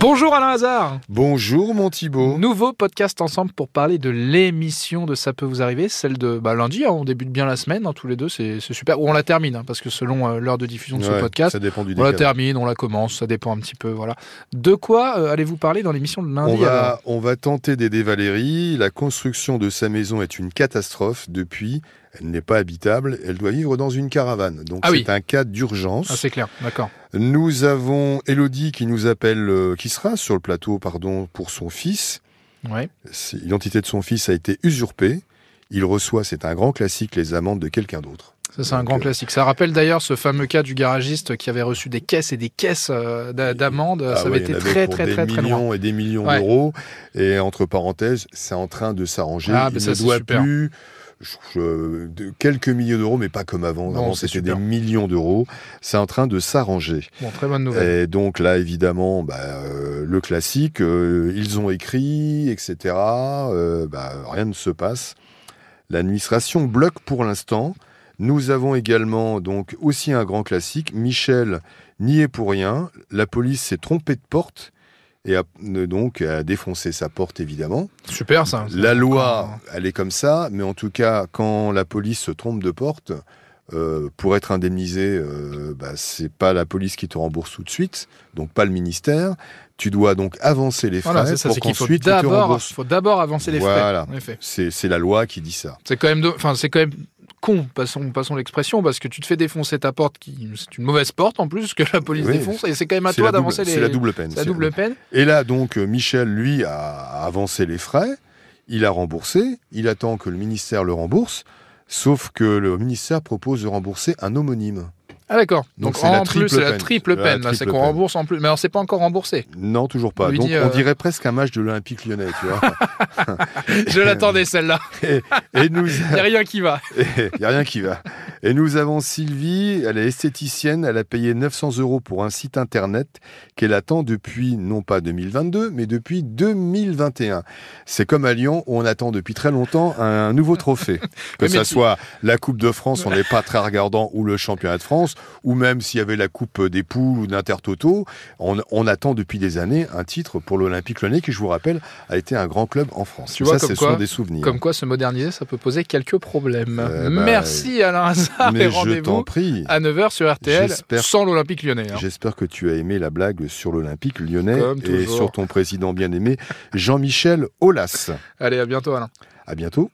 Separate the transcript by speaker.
Speaker 1: Bonjour Alain Hazard
Speaker 2: Bonjour mon Thibault.
Speaker 1: Nouveau podcast ensemble pour parler de l'émission de Ça peut vous arriver, celle de bah, lundi, hein, on débute bien la semaine, hein, tous les deux, c'est c'est super. Ou on la termine, hein, parce que selon euh, l'heure de diffusion de ce
Speaker 2: Ouais,
Speaker 1: podcast,
Speaker 2: Ça dépend du
Speaker 1: on la
Speaker 2: décalage.
Speaker 1: termine, on la commence, ça dépend un petit peu. voilà. De quoi euh, allez-vous parler dans l'émission de lundi alors
Speaker 2: On va, on va tenter d'aider Valérie. La construction de sa maison est une catastrophe. Depuis, elle n'est pas habitable. Elle doit vivre dans une caravane. Donc
Speaker 1: Ah
Speaker 2: c'est
Speaker 1: oui.
Speaker 2: un cas
Speaker 1: Ah,
Speaker 2: d'urgence.
Speaker 1: c'est clair, d'accord.
Speaker 2: Nous avons Elodie qui nous appelle, euh, qui sera sur le plateau, pardon, pour son fils.
Speaker 1: Ouais.
Speaker 2: C'est- L'identité de son fils a été usurpée. Il reçoit, c'est un grand classique, les amendes de quelqu'un d'autre.
Speaker 1: Ça, c'est un
Speaker 2: Donc,
Speaker 1: grand
Speaker 2: euh,
Speaker 1: classique. Ça rappelle d'ailleurs ce fameux cas du garagiste qui avait reçu des caisses et des caisses euh, d'a- d'amendes.
Speaker 2: Ah
Speaker 1: ça
Speaker 2: ouais,
Speaker 1: avait
Speaker 2: il y
Speaker 1: été
Speaker 2: en
Speaker 1: très,
Speaker 2: pour
Speaker 1: très,
Speaker 2: des
Speaker 1: très, très loin.
Speaker 2: millions et des millions
Speaker 1: Ouais.
Speaker 2: d'euros. Et entre parenthèses, c'est en train de s'arranger.
Speaker 1: Ah,
Speaker 2: il
Speaker 1: mais ça,
Speaker 2: ne
Speaker 1: c'est
Speaker 2: doit
Speaker 1: super.
Speaker 2: plus je- je- de- quelques milliers d'euros, mais pas comme avant.
Speaker 1: Non,
Speaker 2: avant,
Speaker 1: c'est
Speaker 2: c'était des
Speaker 1: super.
Speaker 2: millions d'euros. C'est en train de s'arranger.
Speaker 1: Bon, très bonne nouvelle.
Speaker 2: Et donc là, évidemment, bah, euh, le classique, euh, ils ont écrit, etc. euh, bah, rien ne se passe. L'administration bloque pour l'instant. Nous avons également donc aussi un grand classique. Michel n'y est pour rien. La police s'est trompée de porte et a, euh, donc a défoncé sa porte évidemment.
Speaker 1: Super ça.
Speaker 2: La
Speaker 1: encore-
Speaker 2: loi, elle est comme ça, mais en tout cas, quand la police se trompe de porte, euh, pour être indemnisé, euh, bah, c'est pas la police qui te rembourse tout de suite, donc pas le ministère. Tu dois donc avancer les frais
Speaker 1: Voilà, c'est ça,
Speaker 2: pour
Speaker 1: c'est qu'il faut
Speaker 2: qu'ensuite on te
Speaker 1: d'abord,
Speaker 2: rembourse.
Speaker 1: faut d'abord avancer les
Speaker 2: Voilà.
Speaker 1: frais. en effet.
Speaker 2: C'est c'est la loi qui dit ça.
Speaker 1: C'est quand même, de- enfin, c'est quand même con, passons, passons l'expression, parce que tu te fais défoncer ta porte, qui c'est une mauvaise porte en plus que la police
Speaker 2: Oui.
Speaker 1: défonce, et c'est quand même à
Speaker 2: C'est
Speaker 1: toi
Speaker 2: la, double-
Speaker 1: d'avancer les.
Speaker 2: c'est la double peine.
Speaker 1: c'est la
Speaker 2: C'est-
Speaker 1: double peine.
Speaker 2: Et là, donc, euh, Michel, lui, a avancé les frais, il a remboursé, il attend que le ministère le rembourse, sauf que le ministère propose de rembourser un homonyme.
Speaker 1: Ah d'accord.
Speaker 2: Donc,
Speaker 1: Donc,
Speaker 2: c'est la
Speaker 1: en plus,
Speaker 2: triple
Speaker 1: c'est la
Speaker 2: peine.
Speaker 1: triple
Speaker 2: La
Speaker 1: peine. là, c'est
Speaker 2: triple
Speaker 1: qu'on
Speaker 2: peine.
Speaker 1: rembourse en plus. Mais alors, c'est pas encore remboursé.
Speaker 2: Non, toujours pas.
Speaker 1: Lui
Speaker 2: Donc
Speaker 1: dit, euh,
Speaker 2: on dirait presque un match de l'Olympique lyonnais, tu vois.
Speaker 1: Je l'attendais celle-là.
Speaker 2: Et nous,
Speaker 1: Il y a rien qui va.
Speaker 2: il y a rien qui va. Et nous avons Sylvie, elle est esthéticienne, elle a payé 900 euros pour un site internet qu'elle attend depuis non pas 2022, mais depuis 2021. C'est comme à Lyon, où on attend depuis très longtemps un nouveau trophée, que
Speaker 1: Oui, mais
Speaker 2: ça
Speaker 1: tu-
Speaker 2: soit la Coupe de France, on n'est pas très regardant, ou le championnat de France, ou même s'il y avait la Coupe des poules ou d'Intertoto, on, on attend depuis des années un titre pour l'Olympique Lyonnais, qui, je vous rappelle, a été un grand club en France.
Speaker 1: Tu
Speaker 2: Et
Speaker 1: vois,
Speaker 2: ça,
Speaker 1: comme
Speaker 2: ce
Speaker 1: quoi-
Speaker 2: sont des souvenirs.
Speaker 1: Comme quoi, se moderniser, ça peut poser quelques problèmes.
Speaker 2: Euh, bah,
Speaker 1: Merci Alain Hazard et
Speaker 2: Mais je t'en
Speaker 1: rendez-vous
Speaker 2: prie.
Speaker 1: à 9h sur RTL,
Speaker 2: J'espère-
Speaker 1: sans l'Olympique lyonnais. hein.
Speaker 2: J'espère que tu as aimé la blague sur l'Olympique lyonnais
Speaker 1: Comme
Speaker 2: et
Speaker 1: toujours.
Speaker 2: sur ton président bien-aimé, Jean-Michel Aulas.
Speaker 1: Allez, à bientôt Alain.
Speaker 2: À bientôt.